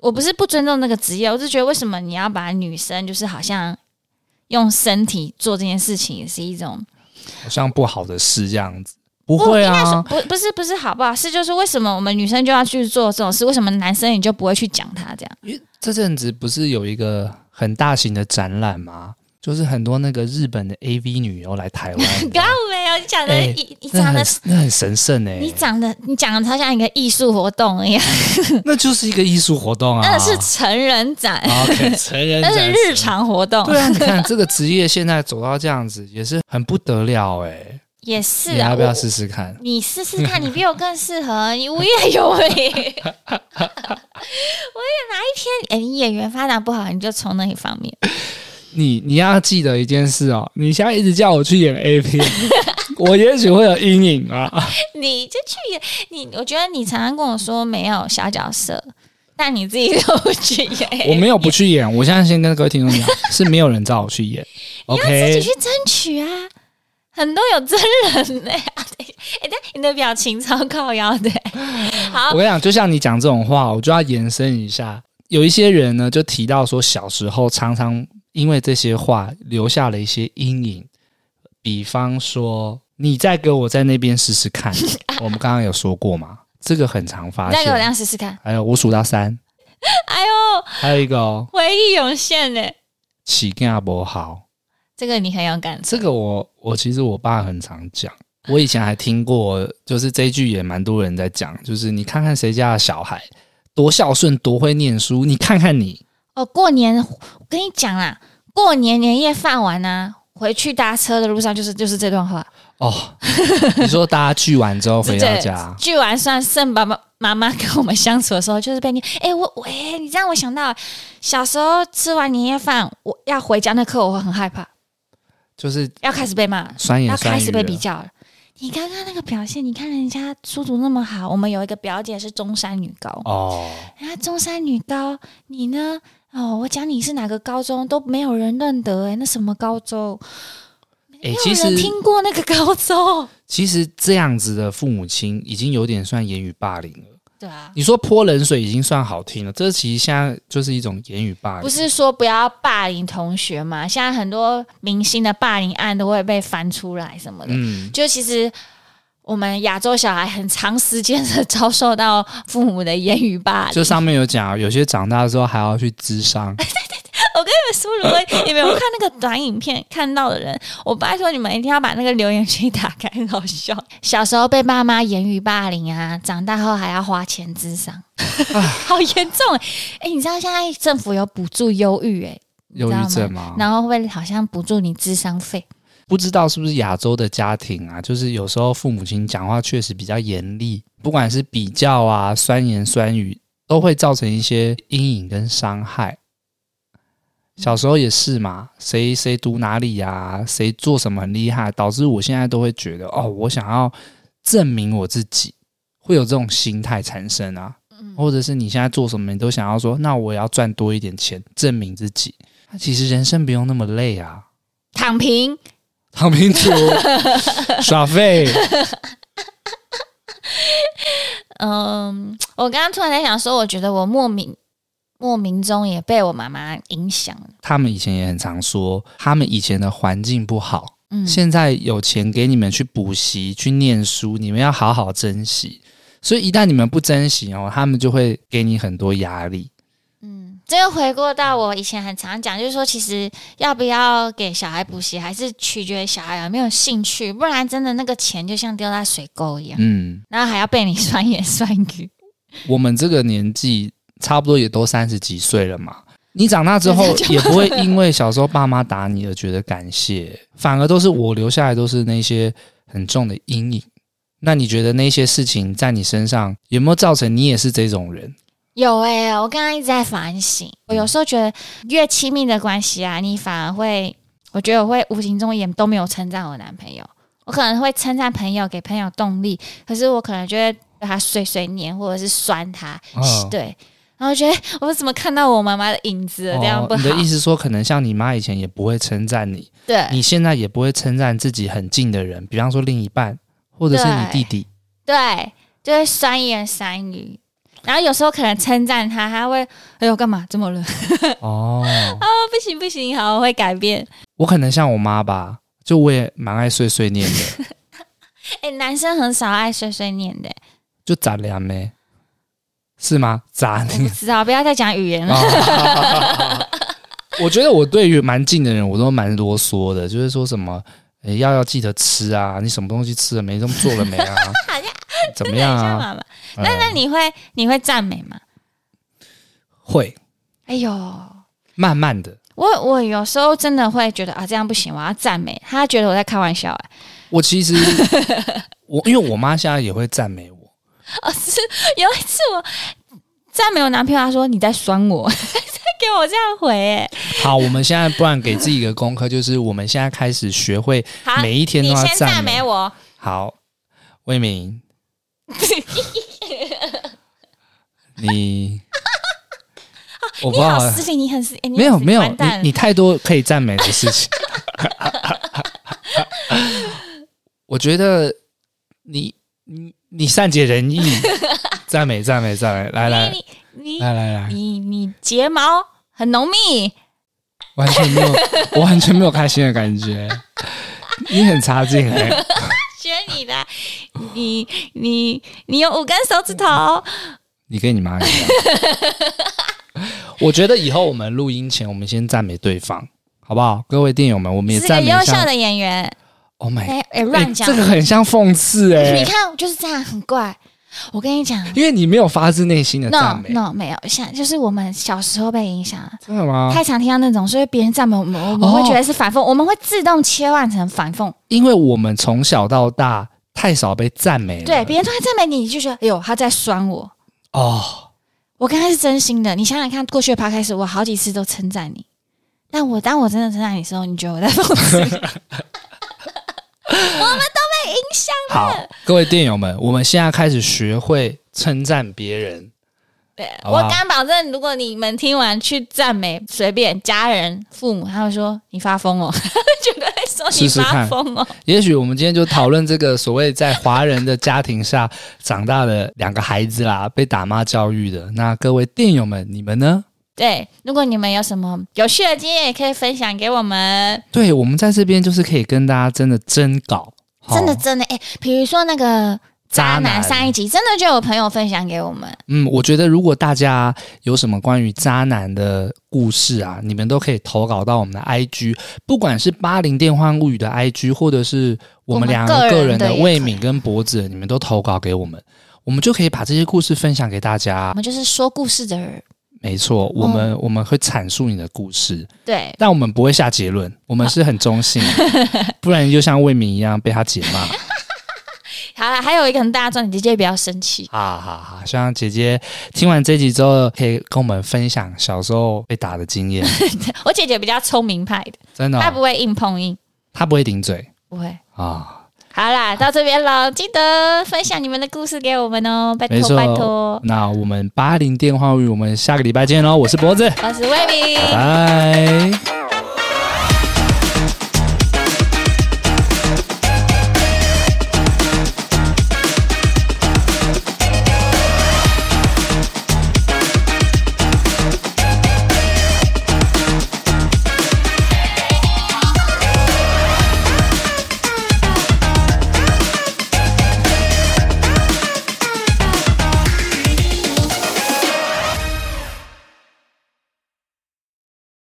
Speaker 2: 我不是不尊重那个职业，我是觉得为什么你要把女生就是好像用身体做这件事情，也是一种
Speaker 1: 好像不好的事这样子。不
Speaker 2: 不
Speaker 1: 会
Speaker 2: 应该
Speaker 1: 啊
Speaker 2: 说，不不是不是好不好？是就是为什么我们女生就要去做这种事，为什么男生你就不会去讲他这样？
Speaker 1: 因为这阵子不是有一个很大型的展览吗？就是很多那个日本的 AV 女优来台湾， 你知道
Speaker 2: 刚
Speaker 1: 吗
Speaker 2: 没有，你讲的、
Speaker 1: 哎
Speaker 2: 你你
Speaker 1: 那
Speaker 2: 讲的
Speaker 1: 很。那很神圣哎、
Speaker 2: 你讲的，你讲的，它像一个艺术活动一样，
Speaker 1: 那就是一个艺术活动啊，啊
Speaker 2: 那是成人展，
Speaker 1: OK 成人
Speaker 2: 那
Speaker 1: 展
Speaker 2: 是
Speaker 1: 示
Speaker 2: 日。常活动，
Speaker 1: 对啊，你看这个职业现在走到这样子也是很不得了哎、
Speaker 2: 也是
Speaker 1: 你
Speaker 2: 啊。
Speaker 1: 要不要
Speaker 2: 我
Speaker 1: 试试看？
Speaker 2: 你试试看，你比我更适合，你 无业游民。我也哪一天，哎、你演员发展不好，你就从那一方面。
Speaker 1: 你你要记得一件事哦，你现在一直叫我去演 A 片，我也许会有阴影啊。
Speaker 2: 你就去演你，我觉得你常常跟我说没有小角色，但你自己都去哎演，
Speaker 1: 我没有不去演，我现在先跟各位听众 讲，是没有人找我去演。
Speaker 2: 自己
Speaker 1: OK，
Speaker 2: 去争取啊。很多有真人的、呀， 哎、但你的表情超靠腰的、好哦
Speaker 1: 我，跟你讲，就像你讲这种话，我就要延伸一下。有一些人呢，就提到说小时候常常因为这些话留下了一些阴影，比方说你再给我在那边试试 看，我们刚刚有说过嘛，这个很常发
Speaker 2: 你再给我这
Speaker 1: 现。
Speaker 2: 样试试看。
Speaker 1: 还有我数到三，
Speaker 2: 哎呦，
Speaker 1: 还有一个哦，
Speaker 2: 回忆涌现呢、
Speaker 1: 起干不好。
Speaker 2: 这个你很有感触。
Speaker 1: 这个我我其实我爸很常讲，我以前还听过，就是这一句也蛮多人在讲，就是你看看谁家的小孩多孝顺，多会念书，你看看你，
Speaker 2: 哦，过年我跟你讲啦，过年年夜饭完啊，回去搭车的路上就是就是这段话，
Speaker 1: 哦，你说大家聚完之后回到 家，
Speaker 2: 聚完算剩爸爸妈妈跟我们相处的时候，就是被你哎、我我哎、你让我想到小时候吃完年夜饭，我要回家那刻，我会很害怕，
Speaker 1: 就是
Speaker 2: 要开始被骂了，
Speaker 1: 酸言
Speaker 2: 要
Speaker 1: 酸
Speaker 2: 开
Speaker 1: 嗯语
Speaker 2: 始
Speaker 1: 了。
Speaker 2: 被比较了。你刚刚那个表现，你看人家叔叔那么好，我们有一个表姐是中山女高，
Speaker 1: 哦，
Speaker 2: 人家中山女高，你呢？哦，我讲你是哪个高中都没有人认得哎、那什么高中？
Speaker 1: 哎、
Speaker 2: 没
Speaker 1: 其
Speaker 2: 有人
Speaker 1: 实
Speaker 2: 听过那个高中。
Speaker 1: 其实这样子的父母亲已经有点算言语霸凌了。
Speaker 2: 对啊，
Speaker 1: 你说泼冷水已经算好听了，这其实现在就是一种言语霸凌。
Speaker 2: 不是说不要霸凌同学嘛？现在很多明星的霸凌案都会被翻出来什么的。
Speaker 1: 嗯，
Speaker 2: 就其实我们亚洲小孩很长时间的遭受到父母的言语霸 凌。
Speaker 1: 就上面有讲啊，有些长大之后还要去咨商。
Speaker 2: 说如果你们有看那个短影片看到的人，我拜托你们一定要把那个留言区打开，很好笑。小时候被爸妈言语霸凌啊，长大后还要花钱治 伤，好严重哎、哎你知道现在政府有补助忧郁哎，你
Speaker 1: 忧
Speaker 2: 知
Speaker 1: 郁
Speaker 2: 道吗？
Speaker 1: 症吗？
Speaker 2: 然后会好像补助你智商费。
Speaker 1: 不知道是不是亚洲的家庭啊，就是有时候父母亲讲话确实比较严厉，不管是比较啊、酸言酸语，都会造成一些阴影跟伤害。小时候也是嘛，谁谁读哪里呀、谁做什么很厉害，导致我现在都会觉得哦，我想要证明我自己，会有这种心态产生啊。
Speaker 2: 嗯
Speaker 1: 或者是你现在做什么，你都想要说，那我也要赚多一点钱，证明自己。其实人生不用那么累啊。
Speaker 2: 躺平，
Speaker 1: 躺平族 耍废，
Speaker 2: 嗯，我刚刚突然在想说，我觉得我莫名莫名中也被我妈妈影响了，
Speaker 1: 他们以前也很常说，他们以前的环境不好，
Speaker 2: 嗯，
Speaker 1: 现在有钱给你们去补习、去念书，你们要好好珍惜。所以一旦你们不珍惜哦，他们就会给你很多压力。
Speaker 2: 这又回过到我以前很常讲，就是说，其实要不要给小孩补习，还是取决于小孩有没有兴趣，不然真的那个钱就像丢在水沟一样，
Speaker 1: 嗯，
Speaker 2: 然后还要被你酸言酸语，
Speaker 1: 我们这个年纪差不多也都三十几岁了嘛。你长大之后也不会因为小时候爸妈打你而觉得感谢，反而都是我留下来都是那些很重的阴影。那你觉得那些事情在你身上有没有造成你也是这种 人？
Speaker 2: 有哎、我刚刚一直在反省，我有时
Speaker 1: 嗯
Speaker 2: 候觉得越亲密的关系啊，你反而会，我觉得我会无形中也都没有称赞我男朋友，我可能会称赞朋友，给朋友动力，可是我可能就会对他碎碎念或者是酸他，
Speaker 1: 哦
Speaker 2: 对，然后我觉得我怎么看到我妈妈的影子了，这样不
Speaker 1: 哦、你
Speaker 2: 好，
Speaker 1: 的意思说，可能像你妈以前也不会称赞你，
Speaker 2: 对
Speaker 1: 你现在也不会称赞自己很近的人，比方说另一半或者是你弟弟。
Speaker 2: 对，就会酸言酸语，然后有时候可能称赞他，他会，哎呦干嘛这么冷？哦，
Speaker 1: 哦，
Speaker 2: 不行不行，好，我会改变。
Speaker 1: 我可能像我妈吧，就我也蛮爱碎碎念的，
Speaker 2: 哎、男生很少爱碎碎念的、欸
Speaker 1: 就咋凉呢？是吗？咋
Speaker 2: 我不
Speaker 1: 呢？
Speaker 2: 知道，不要再讲语言了。
Speaker 1: 哦 我觉得我对于蛮近的人，我都蛮啰嗦的，就是说什么。诶要要记得吃啊！你什么东西吃了没？都做了没 啊？怎么样啊？
Speaker 2: 像妈妈，
Speaker 1: 嗯
Speaker 2: 那那你会你会赞美吗？
Speaker 1: 会
Speaker 2: 哎呦，
Speaker 1: 慢慢的，
Speaker 2: 我我有时候真的会觉得啊，这样不行，我要赞美。他觉得我在开玩笑、哎，
Speaker 1: 我其实 我因为我妈现在也会赞美我，
Speaker 2: 哦，是有一次我赞美我男朋友，他说你在酸我， 他给我这样回、哎，
Speaker 1: 好，我们现在不然给自己一个功课，就是我们现在开始学会
Speaker 2: 好，
Speaker 1: 每一天都
Speaker 2: 你
Speaker 1: 要
Speaker 2: 先赞
Speaker 1: 美。
Speaker 2: 美我，
Speaker 1: 好，魏 明，你我不知
Speaker 2: 啊你好
Speaker 1: 道，啊
Speaker 2: 失礼，你很失，哎你
Speaker 1: 没有
Speaker 2: 很失
Speaker 1: 没有，
Speaker 2: 完
Speaker 1: 你
Speaker 2: 蛋了
Speaker 1: 你太多可以赞美的事 情。我觉得你你你善解人意，赞美赞美赞美，来来
Speaker 2: 你你
Speaker 1: 来来来，
Speaker 2: 你你睫毛很浓密，
Speaker 1: 完全没有，我完全没有开心的感觉。你很差劲哎、
Speaker 2: 学你的，你你你有五根手指头。
Speaker 1: 你跟你妈一样。我觉得以后我们录音前，我们先赞美对方，好不好？各位电友们，我们也
Speaker 2: 是个
Speaker 1: 赞美一
Speaker 2: 优秀
Speaker 1: 下。
Speaker 2: 的演员，
Speaker 1: Oh my，
Speaker 2: 哎哎，
Speaker 1: 哎
Speaker 2: 乱讲
Speaker 1: 这，个很像讽刺哎、
Speaker 2: 你看就是这样，很怪。我跟你讲
Speaker 1: 因为你没有发自内心的
Speaker 2: ，no
Speaker 1: 赞美
Speaker 2: no 没有，像就是我们小时候被影响了。
Speaker 1: 真的吗？
Speaker 2: 太常听到那种，所以别人赞美我们，我们
Speaker 1: 哦
Speaker 2: 会觉得是反讽，我们会自动切换成反讽。
Speaker 1: 因为我们从小到大太少被赞美了，
Speaker 2: 对，别人突然赞美你，你就觉得，哎呦，他在酸我。
Speaker 1: 哦，
Speaker 2: 我刚开始真心的，你想想看，过去的 p 开始，我好几次都称赞你，但我当我真的称赞你的时候，你觉得我在 讽刺？我们都被影响。
Speaker 1: 好，各位电友们，我们现在开始学会称赞别人，
Speaker 2: 对，
Speaker 1: 好不
Speaker 2: 我
Speaker 1: 好
Speaker 2: 敢保证，如果你们听完去赞美随便家人、父母，他会说你发疯哦， 绝对会说你
Speaker 1: 试试
Speaker 2: 发
Speaker 1: 看
Speaker 2: 疯哦。
Speaker 1: 也许我们今天就讨论这个所谓在华人的家庭下长大的两个孩子啦，被打骂教育的。那各位电友们，你们呢？
Speaker 2: 对，如果你们有什么有趣的经验，也可以分享给我们。
Speaker 1: 对我们在这边就是可以跟大家真的征稿，好
Speaker 2: 真的真的，哎、比如说那个渣男上一集，真的就有朋友分享给我们。
Speaker 1: 嗯，我觉得如果大家有什么关于渣男的故事啊，你们都可以投稿到我们的 IG，不管是八零电幻物语的 IG，或者是我们两
Speaker 2: 我
Speaker 1: 个
Speaker 2: 们个
Speaker 1: 个
Speaker 2: 人
Speaker 1: 人
Speaker 2: 的
Speaker 1: 的
Speaker 2: 也可以
Speaker 1: 魏敏跟脖子，你们都投稿给我们，我们就可以把这些故事分享给大
Speaker 2: 我
Speaker 1: 家。
Speaker 2: 们就是说故事的人，
Speaker 1: 没错，
Speaker 2: 哦
Speaker 1: 我们、我们会阐述你的故事，
Speaker 2: 对，
Speaker 1: 但我们不会下结论，我们是很中性的， 不然就像魏敏一样被他姐骂。
Speaker 2: 好了，还有一个很大的重点，姐姐不要生气。
Speaker 1: 哈哈哈！希望姐姐听完这集之后，可以跟我们分享小时候被打的经 验。
Speaker 2: 我姐姐比较聪明派的，
Speaker 1: 真的哦、
Speaker 2: 她不会硬碰硬，
Speaker 1: 他不会顶嘴
Speaker 2: 不会。
Speaker 1: 啊。
Speaker 2: 好啦，到这边了，记得分享你们的故事给我们哦，拜
Speaker 1: 没
Speaker 2: 托
Speaker 1: 错
Speaker 2: 拜托。
Speaker 1: 那我们八零电话语，我们下个礼拜见喽！我是脖子，
Speaker 2: 我是魏明。
Speaker 1: 拜。